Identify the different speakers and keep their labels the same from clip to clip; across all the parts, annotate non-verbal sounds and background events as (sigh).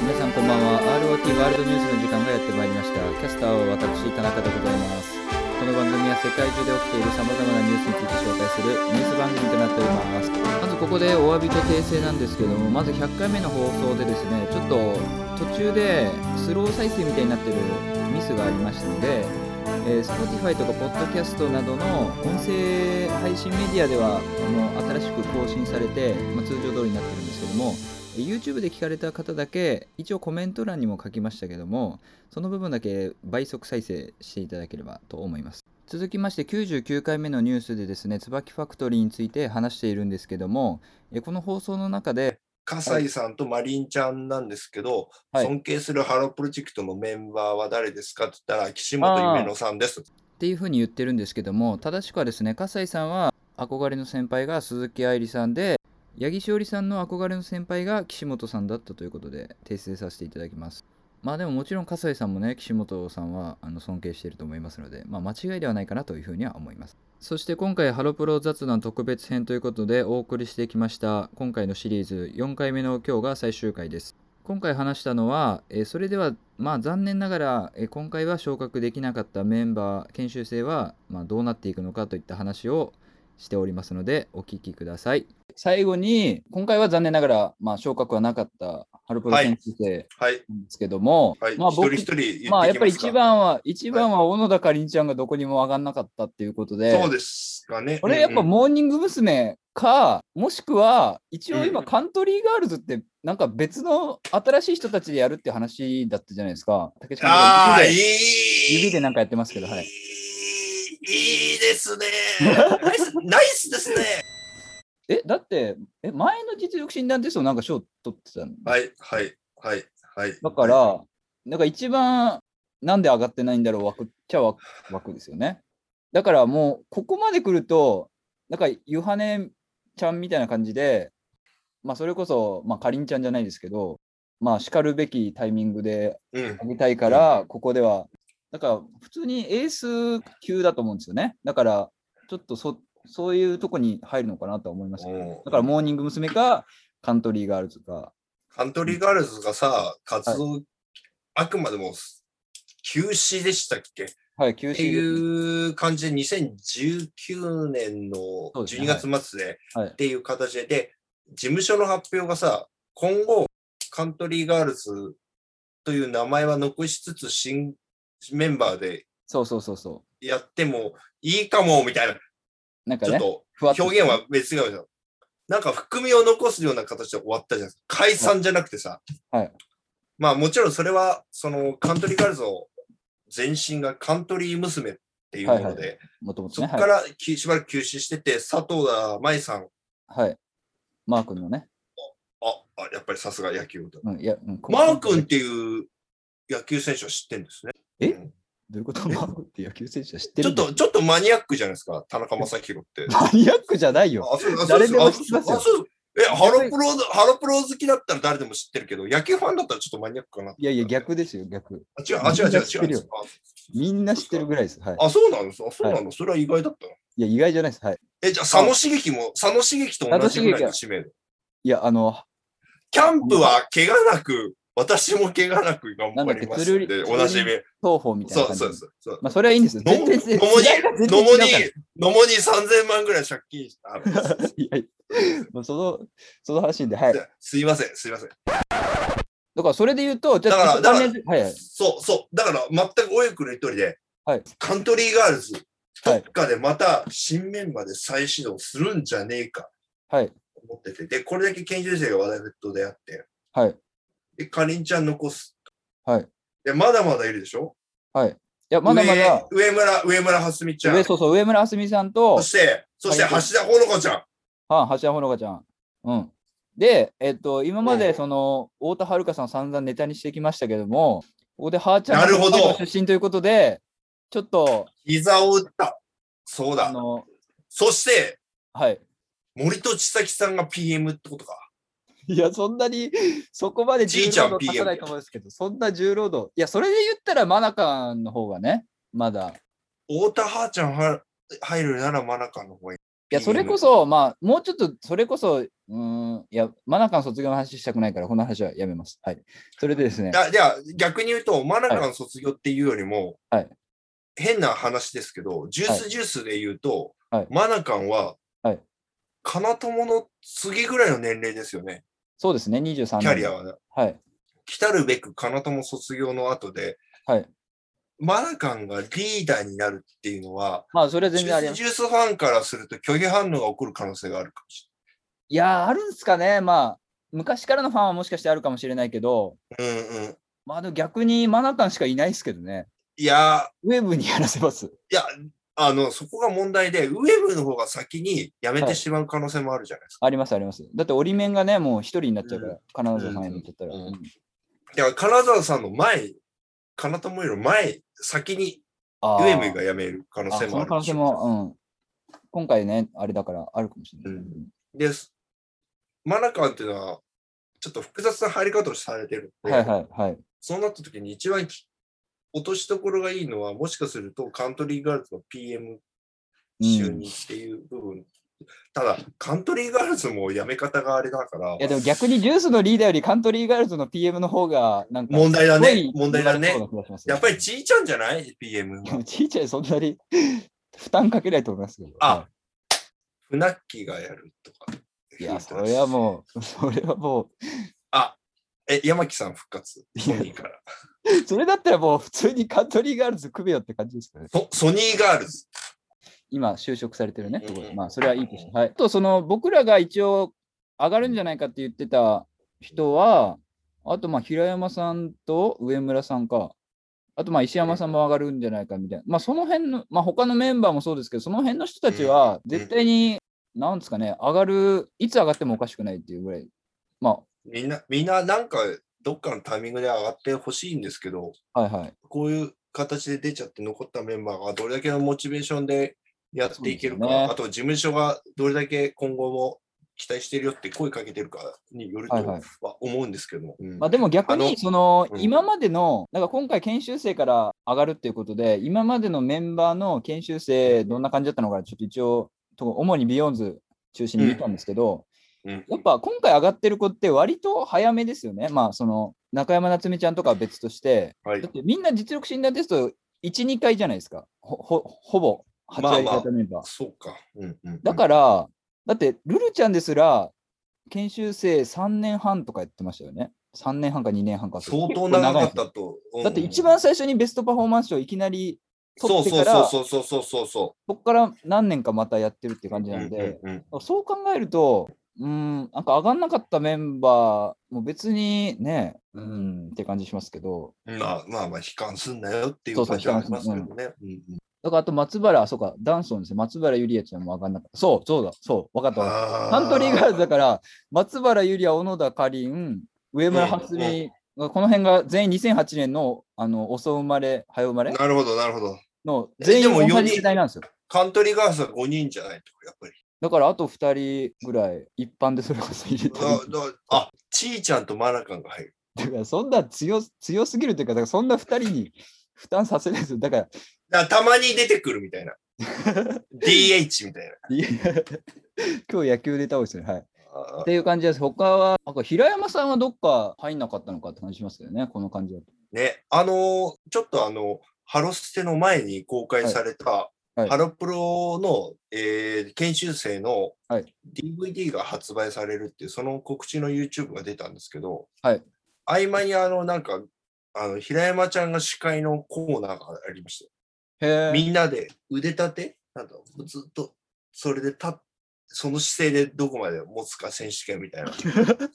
Speaker 1: 皆さんこんばんは ROT ワールドニュースの時間がやってまいりましたキャスターは私田中でございますこの番組は世界中で起きている様々なニュースについて紹介するニュース番組となっておりますまずここでお詫びと訂正なんですけどもまず100回目の放送でですねちょっと途中でスロー再生みたいになってるミスがありましたのでえー Spotify とか Podcast などの音声配信メディアではもう新しく更新されて、まあ通常通りになってるんですけどもえー YouTube で聞かれた方だけ一応コメント欄にも書きましたけどもその部分だけ倍速再生していただければと思います続きまして99回目のニュースでですね椿ファクトリーについて話しているんですけどもえーこの放送の中で
Speaker 2: 笠井さんとマリンちゃんなんですけど、
Speaker 1: はい
Speaker 2: 尊敬するハロープロジェクトのメンバーは誰ですかって言ったら、岸本夢乃さんです。
Speaker 1: っていうふうに言ってるんですけども正しくはですね笠井さんは憧れの先輩が鈴木愛理さんで八木しおりさんの憧れの先輩が岸本さんだったということで訂正させていただきますまあでももちろん笠井さんもね岸本さんはあの尊敬していると思いますので、まあ、間違いではないかなというふうには思いますそして今回ハロプロ雑談特別編ということでお送りしてきました今回のシリーズ4回目の今日が最終回です今回話したのは、えーそれでは、まあ、残念ながら、えー今回は昇格できなかったメンバー研修生は、まあ、どうなっていくのかといった話をしておりますのでお聞きください最後に今回は残念ながら、まあ、昇格はなかったハルプロ
Speaker 2: はい
Speaker 1: 研修生
Speaker 2: はい、
Speaker 1: なんですけども、
Speaker 2: はい、
Speaker 1: まあ、
Speaker 2: 一人一人言ってきますか。
Speaker 1: まあ、やっぱり一番は一番は小野田かりんちゃんがどこにも上がんなかったっていうことで、
Speaker 2: そうですかね。
Speaker 1: これやっぱ
Speaker 2: うんうん
Speaker 1: モーニング娘。か、もしくは、一応
Speaker 2: う
Speaker 1: 今、
Speaker 2: ん
Speaker 1: カントリーガールズって、なんか別の新しい人たちでやるって話だったじゃないですか。竹内
Speaker 2: あ
Speaker 1: さん
Speaker 2: あ、
Speaker 1: 指
Speaker 2: いい
Speaker 1: で指でなんかやってますけど、はい
Speaker 2: い。いいですね。ナイスナイスですね。
Speaker 1: え、だって、え、前の実力診断テストなんか賞取ってたの
Speaker 2: はい、はい、はい、はい。
Speaker 1: だから、なんか一番、なんで上がってないんだろう枠っちゃ枠枠ですよね。だからもう、ここまで来ると、なんか、ゆはねちゃんみたいな感じで、まあ、それこそ、まあ、かりんちゃんじゃないですけど、まあ、叱るべきタイミングで
Speaker 2: うん、
Speaker 1: あげたいから、ここでは、だから、普通にエース級だと思うんですよね。だから、ちょっとそ、そういうとこに入るのかなとは思いますけど
Speaker 2: うん
Speaker 1: だから、モーニング娘。か、カントリーガールズか、
Speaker 2: カントリーガールズがさ、活動、あくまでも休止でしたっけ
Speaker 1: はい、休
Speaker 2: って
Speaker 1: 止ですね
Speaker 2: いう感じで、2019年の
Speaker 1: そうですね
Speaker 2: 12月末で
Speaker 1: はい
Speaker 2: っていう形で、で事務所の発表がさ、今後、カントリーガールズという名前は残しつつ、新メンバーで
Speaker 1: そうそうそうそ
Speaker 2: やってもいいかも、みたいな、
Speaker 1: う。なんか
Speaker 2: ちょっ
Speaker 1: ね、
Speaker 2: と
Speaker 1: ふわっと
Speaker 2: 表現は別に違うじゃん。なんか含みを残すような形で終わったじゃん。解散じゃなくてさ。
Speaker 1: はい
Speaker 2: まあもちろんそれは、そのカントリーガールズを前身がカントリー娘っていうもので、
Speaker 1: はいはいもともと
Speaker 2: そ
Speaker 1: ね、
Speaker 2: こ
Speaker 1: はい
Speaker 2: からきしばらく休止してて、佐藤田舞さん、
Speaker 1: はい。マー君のね。
Speaker 2: あ、あやっぱりさすが野球部だ。
Speaker 1: うん、いや、うん、こ
Speaker 2: マー君っていう野球選手は知ってるんですね。
Speaker 1: え
Speaker 2: うん
Speaker 1: どういうことマー君って野球選手は知って
Speaker 2: ち
Speaker 1: る
Speaker 2: ょっと、ちょっとマニアックじゃないですか、田中
Speaker 1: (laughs)
Speaker 2: 将大って。
Speaker 1: マニアックじゃないよ。
Speaker 2: あ、そうあそう
Speaker 1: 誰
Speaker 2: で
Speaker 1: ですも
Speaker 2: あ
Speaker 1: 知ってます
Speaker 2: そう
Speaker 1: よ
Speaker 2: あそうえ、ハロプロ、ハロプロ好きだったら誰でも知ってるけど、野球ファンだったらちょっとマニアックかな。
Speaker 1: いやいや、逆ですよ、逆。
Speaker 2: あ、違う、あ、違う、
Speaker 1: みんな
Speaker 2: 違
Speaker 1: 知って
Speaker 2: う、違
Speaker 1: る
Speaker 2: う
Speaker 1: よ。みんな知ってるぐらいです。はい。
Speaker 2: あ、そうなんです。あ、そうなの。それは意外だったな。
Speaker 1: いや、意外じゃないです。はい。
Speaker 2: え、じゃあ、佐野刺激も、佐野刺激と同じぐらいの知名度。
Speaker 1: いや、あの、
Speaker 2: キャンプは怪我なく、私も怪我なく頑張ります
Speaker 1: なんだっけつる
Speaker 2: で、
Speaker 1: り
Speaker 2: おなじみ。
Speaker 1: 双方みたい
Speaker 2: そ
Speaker 1: な
Speaker 2: う
Speaker 1: 感じ。
Speaker 2: そうそうそう。
Speaker 1: まあ、それはいいんですよ。
Speaker 2: のも
Speaker 1: 全
Speaker 2: に
Speaker 1: 然、世代が全然
Speaker 2: のもに
Speaker 1: 違うから、
Speaker 2: のもに3000万ぐらい借金した。あの
Speaker 1: いやいや (laughs) もうその、その話で、はい。だ
Speaker 2: すいません、すいません。
Speaker 1: から、それで言うと、じゃ
Speaker 2: だからだから
Speaker 1: はいはい。
Speaker 2: そうそう。だから、全くおゆくの一人で、
Speaker 1: はい
Speaker 2: カントリーガールズ、
Speaker 1: は
Speaker 2: ど
Speaker 1: い
Speaker 2: っかでまた新メンバーで再始動するんじゃねえか、
Speaker 1: はい。
Speaker 2: 思ってて。で、これだけ研究生が話題沸騰であって、
Speaker 1: はい。
Speaker 2: で、かりんちゃん残す。
Speaker 1: はい。い
Speaker 2: で、まだまだいるでしょ
Speaker 1: や、まだまだ、
Speaker 2: 上上村、上村はすみちゃん。
Speaker 1: 上、そうそう、上村あすみさんと
Speaker 2: そ、して、そして、
Speaker 1: はい
Speaker 2: 橋田ほのかちゃん。
Speaker 1: はい、橋田ほのかちゃん。うん。で、えっと、今ま
Speaker 2: う
Speaker 1: で
Speaker 2: ん
Speaker 1: その、太田遥さんを散々ネタにしてきましたけども、ここではーちゃん
Speaker 2: なるほど
Speaker 1: の出身ということで、ちょっと、
Speaker 2: 膝を打った。そう
Speaker 1: あ
Speaker 2: だ。
Speaker 1: の、
Speaker 2: そして、
Speaker 1: はい。
Speaker 2: 森戸千咲さんが PM ってことか。
Speaker 1: いや、そんなに、そこまで重
Speaker 2: じいちゃん
Speaker 1: 労働
Speaker 2: PM
Speaker 1: さないと思うんですけど、そんな重労働。いや、それで言ったら、マナカンの方がね、まだ。
Speaker 2: 太田はーちゃんは入るならマナカンの方がいい。
Speaker 1: いや、それこそ、まあ、もうちょっと、それこそ、うーん、いや、真中の卒業の話したくないから、この話はやめます。はい。それでですね、
Speaker 2: あじゃあ逆に言うと、真中の卒業っていうよりも、
Speaker 1: はい
Speaker 2: 変な話ですけど、ジュースジュースで言うと、
Speaker 1: はい
Speaker 2: 真中は、
Speaker 1: はい
Speaker 2: かなともの次ぐらいの年齢ですよね、
Speaker 1: そうですね、23年。
Speaker 2: キャリアは。
Speaker 1: はい。
Speaker 2: 来たるべくかなとも卒業の後で、
Speaker 1: はい。
Speaker 2: マナカンがリーダーになるっていうのは、
Speaker 1: まあ、それは
Speaker 2: ジ
Speaker 1: 全然あり
Speaker 2: ュー
Speaker 1: ま
Speaker 2: ス
Speaker 1: す。
Speaker 2: ジュースファンからすると虚偽反応が起こる可能性があるかもし
Speaker 1: いやー、あるんですかね。まあ、昔からのファンはもしかしてあるかもしれないけど、
Speaker 2: れない。うんうん。
Speaker 1: まあ、でも逆に真中しかいないですけどね。
Speaker 2: いやー、
Speaker 1: ウェブにやらせます。
Speaker 2: いや、あの、そこが問題で、ウェブの方が先に辞めてしまう可能性もあるじゃないですか。
Speaker 1: あります、あります。だって、折り面がね、もう一人になっちゃうから、金沢さんになっちゃったら。
Speaker 2: うん
Speaker 1: うん
Speaker 2: だから、金沢さんの前、金友より前、先に
Speaker 1: あ
Speaker 2: ウ
Speaker 1: ー
Speaker 2: ェブが辞める可能
Speaker 1: あ
Speaker 2: 性
Speaker 1: そ
Speaker 2: もあ
Speaker 1: の
Speaker 2: る
Speaker 1: 可能性も、うん。今回ね、あれだからあるかもしれない。
Speaker 2: うです。マナカンっていうのは、ちょっと複雑な入り方をされてるので、
Speaker 1: はいはいはい。
Speaker 2: そうなった時に一番き落としどころがいいのは、もしかするとカントリーガールズの PM 就任っていう部分。ただ、カントリーガールズも辞め方があれだから
Speaker 1: い、やでも逆にジュースのリーダーよりカントリーガールズの PM の方がなんか
Speaker 2: 問題だね
Speaker 1: すごい
Speaker 2: 問題だね
Speaker 1: 言われそうな気がします
Speaker 2: やっぱりちいちゃんじゃない ?PM
Speaker 1: で
Speaker 2: が
Speaker 1: も。ちいちゃいそんなに (laughs) 負担かけないと思いますけど。
Speaker 2: あ、フナッキーがやるとか。
Speaker 1: いや、それはもう、 (laughs) それはも
Speaker 2: え、山木さん復活。ソニーから。
Speaker 1: う、それだったらもう普通にカントリーガールズ組めよって感じですかね。
Speaker 2: ソソニーガールズ。
Speaker 1: 今、就職されてるね。
Speaker 2: うんうん
Speaker 1: まあ、それはいいとして。はい。あと、その、僕らが一応、上がるんじゃないかって言ってた人は、あと、まあ、平山さんと上村さんか。あと、まあ、石山さんも上がるんじゃないかみたいな。まあ、その辺の、まあ、他のメンバーもそうですけど、その辺の人たちは、
Speaker 2: んうん
Speaker 1: 絶対に、なんですかね、上がる、いつ上がってもおかしくないっていうぐらい。ま
Speaker 2: みんな、みんななんか、どっかのタイミングで上がってほしいんですけど、
Speaker 1: あ、はいはい。
Speaker 2: こういう形で出ちゃって残ったメンバーがどれだけのモチベーションでやっていけるか、
Speaker 1: そうですよね
Speaker 2: あと事務所がどれだけ今後も期待してるよって声かけてるかによると
Speaker 1: はいはい
Speaker 2: は思うんですけども、うん
Speaker 1: まあ、でも逆
Speaker 2: あの
Speaker 1: に、その、
Speaker 2: うん
Speaker 1: 今までの、なんか今回研修生から上がるっていうことで、今までのメンバーの研修生、どんな感じだったのか、ちょっと一応、と主にビヨーンズ中心に見たんですけど、
Speaker 2: うん
Speaker 1: やっぱ今回上がってる子って割と早めですよね。まあ、その、中山夏美ちゃんとかは別として、
Speaker 2: はい
Speaker 1: だってみんな実力診断テスト1、2回じゃないですか。ほほほぼ、8割
Speaker 2: まあまあ
Speaker 1: 方メンバー。
Speaker 2: そうか。うんうんうん
Speaker 1: だから、だって、ルルちゃんですら、研修生3年半とかやってましたよね。3年半か2年半か。
Speaker 2: 相当長かっ
Speaker 1: 結構長いで
Speaker 2: たと。
Speaker 1: すよ
Speaker 2: うん
Speaker 1: だって、一番最初にベストパフォーマンス賞いきなり
Speaker 2: そ
Speaker 1: 取
Speaker 2: う
Speaker 1: って
Speaker 2: そう
Speaker 1: から、
Speaker 2: そうそうそうそうそ
Speaker 1: ここから何年かまたやってるって感じ
Speaker 2: う。
Speaker 1: なんで、
Speaker 2: うんうんうん
Speaker 1: そう考えると、うん、なんか上がんなかったメンバーも別にね、うん、って感じしますけど、
Speaker 2: まあまあまあ、悲観すんなよってい
Speaker 1: そううそう
Speaker 2: 感じはありますけどね。うんうん
Speaker 1: だからあと松原、あそうか、ダンソンですね、松原ゆりやちゃんも上がんなかった。そう、そうだ、そう、分かったわかった。カ
Speaker 2: カ
Speaker 1: ントリーガールズだから、松原ゆりや、小野田かりん、上村初
Speaker 2: うん
Speaker 1: 美、この辺が全員2008年の、あの、遅生まれ、早生まれ
Speaker 2: なるほど、なるほど。
Speaker 1: の、
Speaker 2: え
Speaker 1: 全
Speaker 2: でも
Speaker 1: 員同
Speaker 2: 四
Speaker 1: じ
Speaker 2: 人
Speaker 1: 世代なんですよ。
Speaker 2: カントリーガールズは5人じゃないと、やっぱり。
Speaker 1: だから、あと2人ぐらい、一般でそれこそ入れてる。
Speaker 2: だだあ、ちーちゃんとマナカンが入る。
Speaker 1: だから、そんな強す強すぎるというか、だからそんな2人に負担させないですよ。だから、
Speaker 2: だからたまに出てくるみた
Speaker 1: (laughs)
Speaker 2: いな。DH みたいな。
Speaker 1: いや (laughs) 今日野球で倒ですね。はい。っ
Speaker 2: あ
Speaker 1: ていう感じです。他は、なんか平山さんはどっか入んなかったのかって感じしますけどね、この感じだと。
Speaker 2: ね、あのーちょっとあの、ハロステの前に公開された、
Speaker 1: いはい
Speaker 2: ハロプロの、えー研修生の
Speaker 1: はい
Speaker 2: DVD が発売されるっていう、その告知の YouTube が出たんですけど、
Speaker 1: はい
Speaker 2: 合間にあの、なんか、あの平山ちゃんが司会のコーナーがありました。
Speaker 1: へえ。
Speaker 2: みんなで腕立てなんだろうずっとそれで立っその姿勢でどこまで持つか選手権
Speaker 1: (laughs)
Speaker 2: みたいな。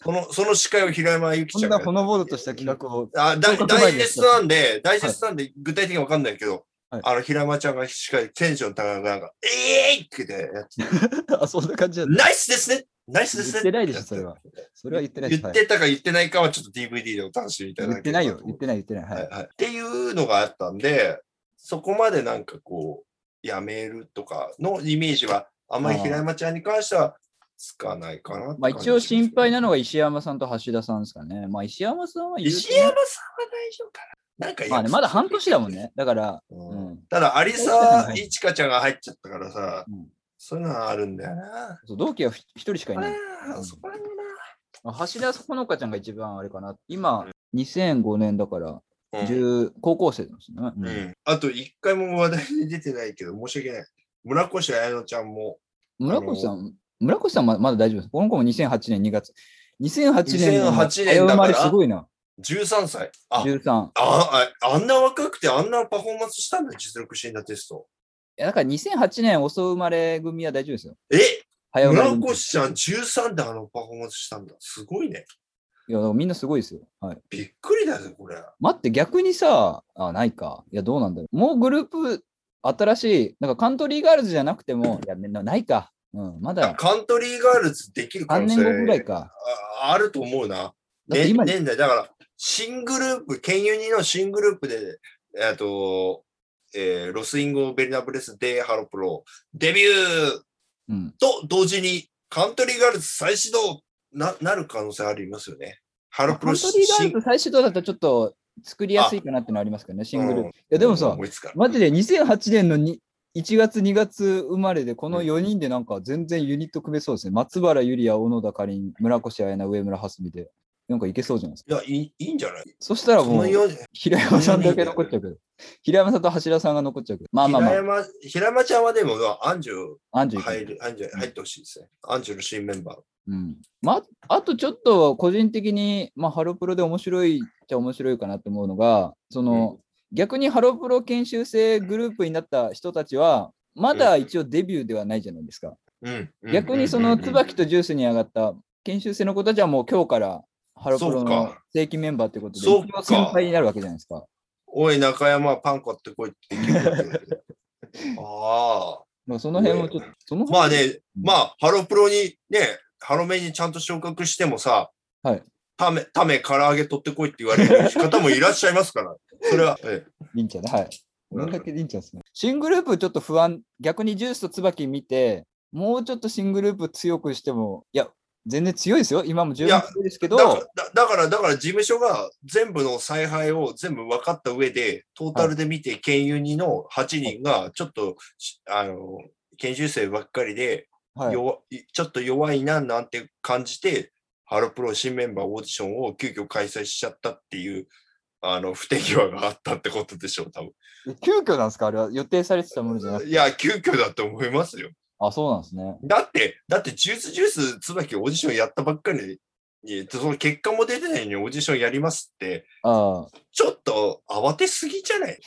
Speaker 2: そのその司会を平山由紀ち
Speaker 1: そん
Speaker 2: ゃん
Speaker 1: な
Speaker 2: がやって
Speaker 1: ほのぼのとした企画を
Speaker 2: あダイ
Speaker 1: 本格
Speaker 2: ダ
Speaker 1: 前
Speaker 2: イ
Speaker 1: に
Speaker 2: ジ
Speaker 1: やって
Speaker 2: ェス
Speaker 1: た
Speaker 2: トなんで、ダイジェストなんで具体的にわかんないけど、
Speaker 1: はい
Speaker 2: あの平山ちゃんが司会テンション高くなんか、えーいってやってて、
Speaker 1: あ、そんな感じだった。
Speaker 2: ナイスですねナイスですね
Speaker 1: 言ってないでしょ、それは。それは言ってないで
Speaker 2: 言
Speaker 1: す。
Speaker 2: ってたか言ってないかはちょっと DVD でお楽しみいた
Speaker 1: はい
Speaker 2: だ
Speaker 1: 言って
Speaker 2: けれ
Speaker 1: ない
Speaker 2: ばと
Speaker 1: よ
Speaker 2: 思。
Speaker 1: 言ってない、言ってない。は
Speaker 2: はい
Speaker 1: い。
Speaker 2: はい、っていうのがあったんで、そこまでなんかこう、やめるとかのイメージは、あんまり平山ちゃんに関してはつかないかなって
Speaker 1: まあ
Speaker 2: 感じ
Speaker 1: 一応心配なの
Speaker 2: が
Speaker 1: が石山さんと橋田さんですかね。まあ石山さんは言うとね
Speaker 2: 石山さんは大丈夫かななんかやっぱ
Speaker 1: まあね、まだ半年だもんね。だから、
Speaker 2: う
Speaker 1: うんん。
Speaker 2: ただ、有
Speaker 1: そうじゃ
Speaker 2: 沙
Speaker 1: ない
Speaker 2: いちかちゃんが入っちゃったからさ、
Speaker 1: うん
Speaker 2: そういうのはあるんだよな。
Speaker 1: そう同期は一人しかいない。
Speaker 2: ああ、そこら辺が
Speaker 1: あ橋田ほのかちゃんが一番あれかな。今、2005年だから、
Speaker 2: な。うん
Speaker 1: 10高校生なんですね。うん
Speaker 2: うん、あと一回も話題に出てないけど、申し訳ない。村越彩乃ちゃんも
Speaker 1: 村越さん、村越さんはまだ大丈夫です。この子も2008年2月。2008年の
Speaker 2: 2008年
Speaker 1: 早生
Speaker 2: だから
Speaker 1: まれすごいな。
Speaker 2: 13歳。あ
Speaker 1: 13。
Speaker 2: あああんな若くてあんなパフォーマンスしたんだ、実力診断テスト。
Speaker 1: いやだから2008年遅生まれ組は大丈夫ですよ。
Speaker 2: え
Speaker 1: 早生まれ
Speaker 2: 村
Speaker 1: 組。
Speaker 2: 越ちゃん13であのパフォーマンスしたんだ。すごいね。
Speaker 1: いや、だからみんなすごいですよ。はい。
Speaker 2: びっくりだぜ、これ。
Speaker 1: 待って、逆にさ、あ、ないか。いや、どうなんだろう。もうグループ、新しい、なんかカントリーガールズじゃなくても、いや、なないか。うん、まだ
Speaker 2: カントリーガールズできる可
Speaker 1: 3
Speaker 2: 能
Speaker 1: 年
Speaker 2: 性
Speaker 1: 後ぐらいか。
Speaker 2: ああると思うな。
Speaker 1: だって
Speaker 2: ね、
Speaker 1: 今、
Speaker 2: 年代、だから、新グループ、ケンユニの新グループで、えっと、えーロスインゴ・ベリナブレス・デー・ハロプロ、デビュー
Speaker 1: うん、
Speaker 2: と同時に、カントリーガールズ再始動ななる可能性ありますよね。ハ
Speaker 1: カ
Speaker 2: ロ
Speaker 1: ン
Speaker 2: プ
Speaker 1: トリ
Speaker 2: ロ
Speaker 1: ーガールズ最初だとちょっと作りやすいかなってのありますけどね、シングル。
Speaker 2: うん
Speaker 1: いや、でもさ、
Speaker 2: 思いつかない
Speaker 1: マジで2008年のに1月、2月生まれで、この4人でなんか全然ユニット組めそうですね。松原ゆりや、小野田かりん、村越彩菜、上村蓮美で、なんかいけそうじゃないですか。
Speaker 2: いやいい、いいんじゃない
Speaker 1: そしたら
Speaker 2: そ
Speaker 1: も
Speaker 2: の
Speaker 1: う、
Speaker 2: ように
Speaker 1: 平山さんだけ残っちゃうけど、平山さんと橋田さんが残っちゃうけど、まあまあま
Speaker 2: 平山、平山ちゃんはでも、アンジュ
Speaker 1: あ、アンジュ行く
Speaker 2: 入る、アンジュ入ってほしいですね。アンジュの新メンバー。
Speaker 1: うん。まあ、あとちょっと個人的に、まあ、ハロプロで面白いっちゃ面白いかなと思うのが、その、逆にハロプロ研修生グループになった人たちは、まだ一応デビューではないじゃないですか。
Speaker 2: うん
Speaker 1: 逆にその椿とジュースに上がった研修生の子たちはもう今日からハロプロ
Speaker 2: そう
Speaker 1: の
Speaker 2: か
Speaker 1: 正規メンバーということで、
Speaker 2: そう
Speaker 1: 一
Speaker 2: か
Speaker 1: 応先輩になるわけじゃないですか。
Speaker 2: おい、中山、パン買ってこいって言うわけ
Speaker 1: (laughs)
Speaker 2: ああ。
Speaker 1: まあ、その辺もちょっと、その辺
Speaker 2: まあね、まあ、ハロプロにね、ハロメにちゃんと昇格してもさ、
Speaker 1: はい。
Speaker 2: ため、ため、唐揚げ取ってこいって言われる方もいらっしゃいますから。それは、ええ
Speaker 1: リンちゃんね。はい。これだけリンちゃんですね。新グループちょっと不安、逆にジュースと椿見て、もうちょっと新グループ強くしても、いや、全然強いですよ。今も十分強いですけ
Speaker 2: だから
Speaker 1: ど、
Speaker 2: だ、だから、だから事務所が全部の采配を全部分かった上で、トータルで見て、県有2の8人が、ちょっと、しあの、研修生ばっかりで、
Speaker 1: はい、
Speaker 2: 弱いちょっと弱いななんて感じて、ハロプロ新メンバーオーディションを急遽開催しちゃったっていう、あの、不手際があったってことでしょう、多
Speaker 1: 急遽なんですかあれは予定されてたものじゃなく
Speaker 2: 分。い
Speaker 1: て。
Speaker 2: や、急遽だと思いますよ。
Speaker 1: あ、そうなんですね。
Speaker 2: だって、だって、ジュースジュース椿オーディションやったばっかりに、その結果も出てないのにオーディションやりますって、
Speaker 1: あ
Speaker 2: ちょっと慌てすぎじゃない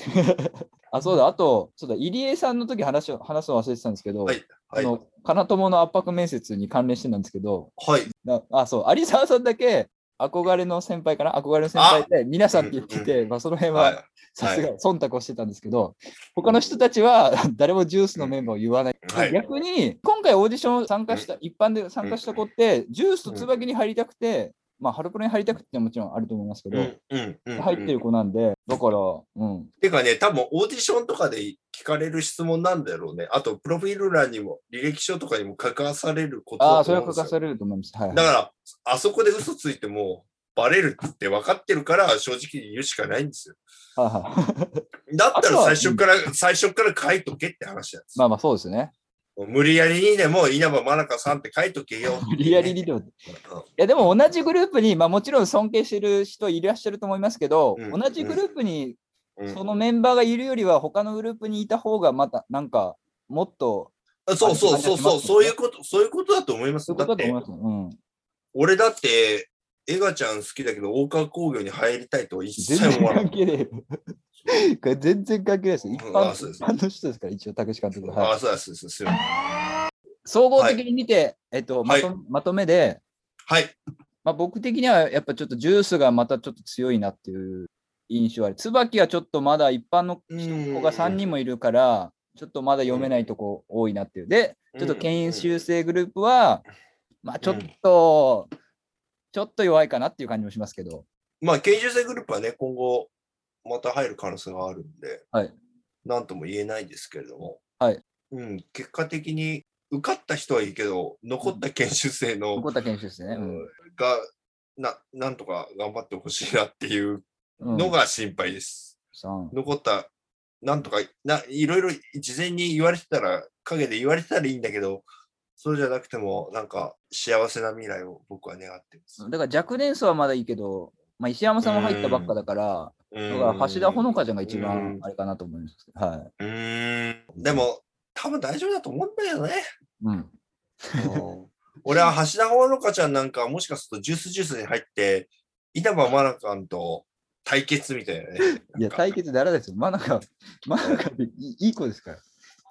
Speaker 1: あ。あ、そうだ。あと、そうだ。入江さんの時話を、話すの忘れてたんですけど、
Speaker 2: はいは
Speaker 1: あ
Speaker 2: い。
Speaker 1: の、金友の圧迫面接に関連してなんですけど、
Speaker 2: はい。
Speaker 1: なあ、そう、有沢さんだけ憧れの先輩かな憧れの先輩で、皆さんって言ってて、まあ、その辺は
Speaker 2: は
Speaker 1: さすが忖度をしてたんですけど、他の人たちは (laughs) 誰もジュースのメンバーを言わない。
Speaker 2: い。はい。
Speaker 1: 逆に、今回オーディション参加した、一般で参加した子って、ジュースと椿に入りたくて、まあ、ハロプロに入りたくてもちろんあると思いますけ
Speaker 2: う
Speaker 1: ど、
Speaker 2: んうんうんうん
Speaker 1: 入ってる子なんで、だから、うん。
Speaker 2: てかね、多分オーディションとかで聞かれる質問なんだろうね。あと、プロフィール欄にも、履歴書とかにも書かされること
Speaker 1: ああ、
Speaker 2: だ
Speaker 1: そ
Speaker 2: と
Speaker 1: れ
Speaker 2: 思
Speaker 1: は
Speaker 2: う
Speaker 1: 書
Speaker 2: んですよ。
Speaker 1: かされると思います。はい、
Speaker 2: だから、あそこで嘘ついても、バレるって分かってるから、正直に言うしかないんですよ。
Speaker 1: はいはい
Speaker 2: だった
Speaker 1: あとは
Speaker 2: ら最初から、最初から書いとけって話なんです
Speaker 1: まあまあ、そうですね。
Speaker 2: よ。無理やりにでも、稲葉真中さんって書いとけよっていうね、
Speaker 1: 無理やり理論
Speaker 2: うん
Speaker 1: いやでも同じグループに、まあ、もちろん尊敬してる人いらっしゃると思いますけど、
Speaker 2: うん
Speaker 1: 同じグループに
Speaker 2: うん
Speaker 1: そのメンバーがいるよりは他のグループにいた方がまたなんかもっと
Speaker 2: そうそうそうそう、そういうこと、そういうことだと思います
Speaker 1: そうい
Speaker 2: よ。
Speaker 1: うこ
Speaker 2: だ
Speaker 1: と
Speaker 2: っ
Speaker 1: だと思い、ま
Speaker 2: て
Speaker 1: すよ。うん、
Speaker 2: 俺だって、エガちゃん好きだけど、大川工業に入りたいとは一
Speaker 1: 全
Speaker 2: 切
Speaker 1: 然
Speaker 2: 思わな
Speaker 1: 関係
Speaker 2: い。
Speaker 1: ないよ。これ全然関係ないですよ。一
Speaker 2: うん
Speaker 1: 般
Speaker 2: あそうです
Speaker 1: 一般の人ですから、一応、武志監 (laughs) 督は、
Speaker 2: あ
Speaker 1: はい
Speaker 2: あ、そうです、そうです。そうです
Speaker 1: 総合的に見て、えっとまと、
Speaker 2: は
Speaker 1: まとめで、
Speaker 2: はい。
Speaker 1: まあ、僕的にはやっぱちょっとジュースがまたちょっと強いなっていう印象はある。椿はちょっとまだ一般の子が3人もいるから、ちょっとまだ読めないとこ多いなっていう。で、ちょっと研修生グループは、まあちょっと、ちょっと弱いかなっていう感じもしますけど、
Speaker 2: まあ、研修生グループはね、今後、また入る可能性があるんで、
Speaker 1: はい
Speaker 2: なんとも言えないですけれども、
Speaker 1: はい
Speaker 2: うん、結果的に受かった人はいいけど、残った研修生の、
Speaker 1: 残った研修生ね。
Speaker 2: がな、なんとか頑張ってほしいなっていう
Speaker 1: うん。
Speaker 2: のが心配です。
Speaker 1: うん
Speaker 2: 残ったなんとかな、いろいろ事前に言われてたら、陰で言われてたらいいんだけど、そうじゃなくても、なんか幸せな未来を僕は願ってます。
Speaker 1: だから若年層はまだいいけど、まあ、石山さんも入ったばっかだから、
Speaker 2: だ
Speaker 1: だから橋田ほのかちゃんが一番あれかなと思いますけど。はい。
Speaker 2: うーんでも、多分大丈夫だと思うんだよね。
Speaker 1: うん。
Speaker 2: 俺は橋田ほのかちゃんなんかはもしかするとジュースジュースに入って、稲葉真奈さんと対決みたいなね。
Speaker 1: いや、
Speaker 2: なんか
Speaker 1: 対決だらですよ。真中、真中っていいいい子ですから。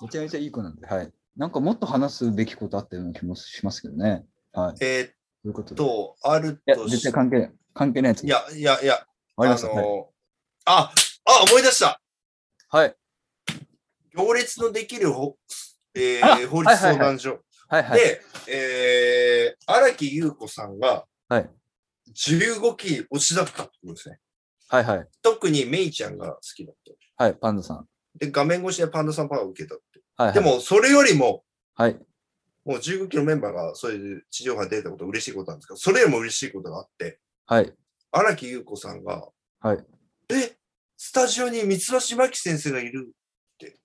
Speaker 1: めちゃめちゃいい子なんで。はい。なんかもっと話すべきことあったような気もしますけどね。はい。
Speaker 2: え
Speaker 1: ということ
Speaker 2: ー
Speaker 1: で。
Speaker 2: っ
Speaker 1: い
Speaker 2: と、ある
Speaker 1: や、
Speaker 2: とし
Speaker 1: 絶対関係ない。関係ないやつ。
Speaker 2: い、や、いや、いや、
Speaker 1: ありました。
Speaker 2: あ
Speaker 1: はい
Speaker 2: のあ、あ、思い出した
Speaker 1: はい。
Speaker 2: 行列のできるほ、え
Speaker 1: あ
Speaker 2: ー、法律相談所。
Speaker 1: はいはい。
Speaker 2: で、えー、荒木優子さんが
Speaker 1: はい。
Speaker 2: 15期推しだったってことですね。
Speaker 1: はいはい。
Speaker 2: 特にメイちゃんが好きだった。
Speaker 1: はい。パンダさん。
Speaker 2: で、画面越しでパンダさんパワーを受けたって。
Speaker 1: はい、はい。
Speaker 2: で、も、それよりも、
Speaker 1: はい。
Speaker 2: もう15期のメンバーがそういう地上波に出たこと嬉しいことなんですけど、それよりも嬉しいことがあって、
Speaker 1: はい。
Speaker 2: 荒木優子さんが、
Speaker 1: はい。
Speaker 2: え、スタジオに三橋真紀先生がいるって、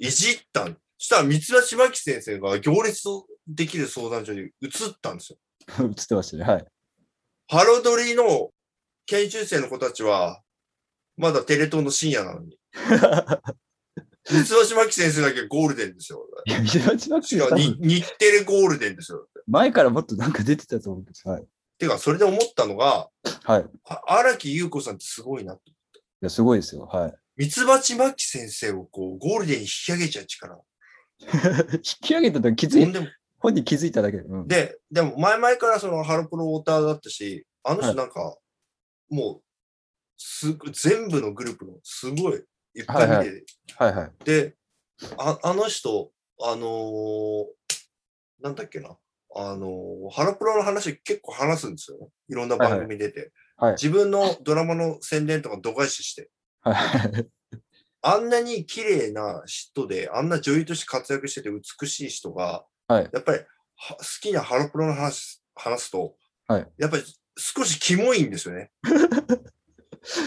Speaker 2: いじったん。そしたら三橋真紀先生が行列できる相談所に移ったんですよ。
Speaker 1: 映ってましたね。はい。
Speaker 2: ハロドリの研修生の子たちは、まだテレ東の深夜なのに。三橋真紀先生だけゴールデンですよ。
Speaker 1: いや、石田千葉
Speaker 2: しかもに日テレゴールデンですよ。
Speaker 1: 前からもっとなんか出てたと思うんです。はい。
Speaker 2: てか、それで思ったのが、
Speaker 1: はい。い
Speaker 2: あ荒木優子さんってすごいなと。
Speaker 1: や、すごいですよ。はい。
Speaker 2: 三橋真紀先生をこう、ゴールデンに引き上げちゃう力。
Speaker 1: 引き上げたときつ
Speaker 2: とん
Speaker 1: い、
Speaker 2: でも
Speaker 1: 本人気づいただけで。うん、
Speaker 2: で、でも前々からそのハロプロウォーターだったし、あの人なんか、もう、すぐ、全部のグループの、すごい、いっぱい見て、
Speaker 1: はいはいはい。
Speaker 2: で、ああの人、あのーなんだっけな、あのーハロプロの話結構話すんですよね。いろんな番組出て。
Speaker 1: はい
Speaker 2: 自分のドラマの宣伝とか度外視して。
Speaker 1: はい。 (laughs)
Speaker 2: あんなに綺麗な人で、あんな女優として活躍してて美しい人が、
Speaker 1: はい
Speaker 2: やっぱりは好きなハロプロの話話すと、
Speaker 1: はい
Speaker 2: やっぱり少しキモいんですよね。
Speaker 1: (laughs)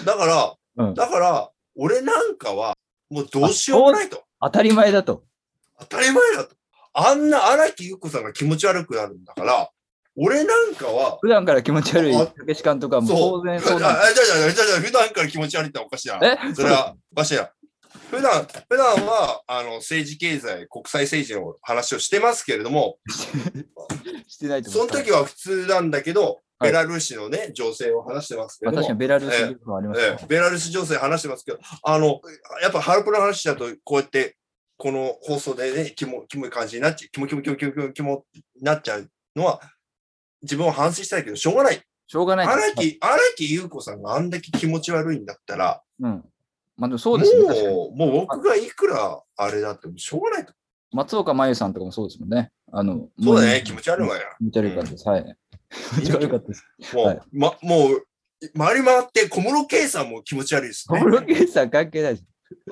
Speaker 2: だから、
Speaker 1: うん
Speaker 2: だから、俺なんかはもうどうしようもないと。
Speaker 1: 当たり前だと。
Speaker 2: 当たり前だと。あんな荒木優子さんが気持ち悪くなるんだから、俺なんかは、
Speaker 1: 普段から気持ち悪い
Speaker 2: あ
Speaker 1: 竹志監督はもう当然そう
Speaker 2: あ
Speaker 1: なん
Speaker 2: (laughs) あじゃあじゃあじゃあじゃあ普段から気持ち悪いっておかしいな。
Speaker 1: え
Speaker 2: それは、おかしいな。普段、普段は、あの、政治経済、国際政治の話をしてますけれども、
Speaker 1: してないと
Speaker 2: そ
Speaker 1: 思
Speaker 2: の
Speaker 1: う。
Speaker 2: 時は普通なんだけど、
Speaker 1: はい
Speaker 2: ベラルーシのね、情勢を話してますけ
Speaker 1: ま
Speaker 2: れ
Speaker 1: あ
Speaker 2: ど
Speaker 1: 確かに
Speaker 2: も、
Speaker 1: ベラルーシ議もあります
Speaker 2: え
Speaker 1: ね
Speaker 2: えベラルーシ情勢話してますけど、あの、やっぱハルプロの話だと、こうやって、この放送でね、キモ、キモい感じになっちゃう、キモキモキモキモキモキモになっちゃうのは、自分を反省したいけど、しょうがない。
Speaker 1: しょうがない。
Speaker 2: 荒木、荒木優子さんがあんだけ気持ち悪いんだったら、
Speaker 1: うん。まあでもそうですね。確かに
Speaker 2: もう、もう僕がいくらあれだってもしょうがないと。
Speaker 1: 松岡真優さんとかもそうですもんね。あの、
Speaker 2: そうだ
Speaker 1: も
Speaker 2: ね、気持ち悪いわよ。
Speaker 1: 気持ち悪かったです。はい。気持ち悪かったです。
Speaker 2: もう、
Speaker 1: はい
Speaker 2: ま、もう、回り回って小室圭さんも気持ち悪いです
Speaker 1: 小
Speaker 2: ね。
Speaker 1: 室圭さん関係ないです。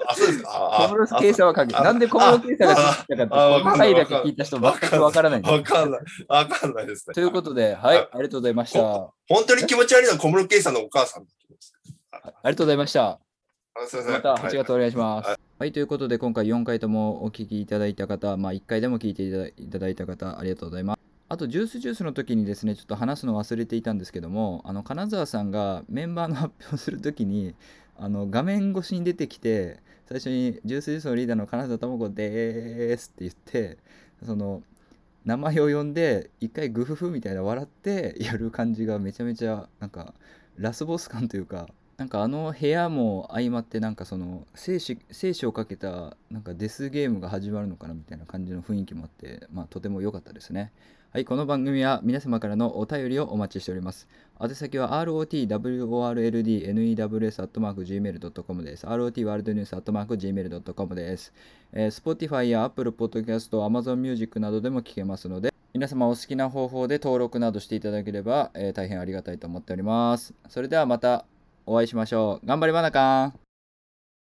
Speaker 2: あ、そうですか。あ
Speaker 1: 小
Speaker 2: あ
Speaker 1: 室圭さんは関係ない。
Speaker 2: あ
Speaker 1: なんで小室圭さんが好きだ
Speaker 2: あ
Speaker 1: かって、
Speaker 2: あ
Speaker 1: 細かいだけ聞いた人全くわからないん
Speaker 2: あ
Speaker 1: です。
Speaker 2: わかんない。わかんないですね。
Speaker 1: ということで、はい、
Speaker 2: あ
Speaker 1: ありがとうございました。あ
Speaker 2: 本当に気持ち悪いのは小室圭さんのお母さんだと思います。
Speaker 1: りがとうございました。
Speaker 2: あすいません。
Speaker 1: また
Speaker 2: はい
Speaker 1: 8月お願いします。はい、ということで今回4回ともお聞きいただいた方、まあ、1回でも聞いていただいただいた方、ありがとうございます。あと、ジュースジュースの時にですね、ちょっと話すの忘れていたんですけども、あの、金沢さんがメンバーの発表する時に、あの、画面越しに出てきて、最初に、ジュースジュースのリーダーの金沢智子でーすって言って、その、名前を呼んで、一回グフフみたいな笑ってやる感じがめちゃめちゃ、なんか、ラスボス感というかなんかあの部屋も相まってなんかその生死生死をかけたなんかデスゲームが始まるのかなみたいな感じの雰囲気もあって、まあ、とても良かったですねはいこの番組は皆様からのお便りをお待ちしております宛先は rotworldnews.gmail.com です rotworldnews.gmail.com です、えー Spotify や Apple Podcast、Amazon Music などでも聞けますので皆様お好きな方法で登録などしていただければ、えー大変ありがたいと思っております。それではまたお会いしましょう。頑張ればなかん。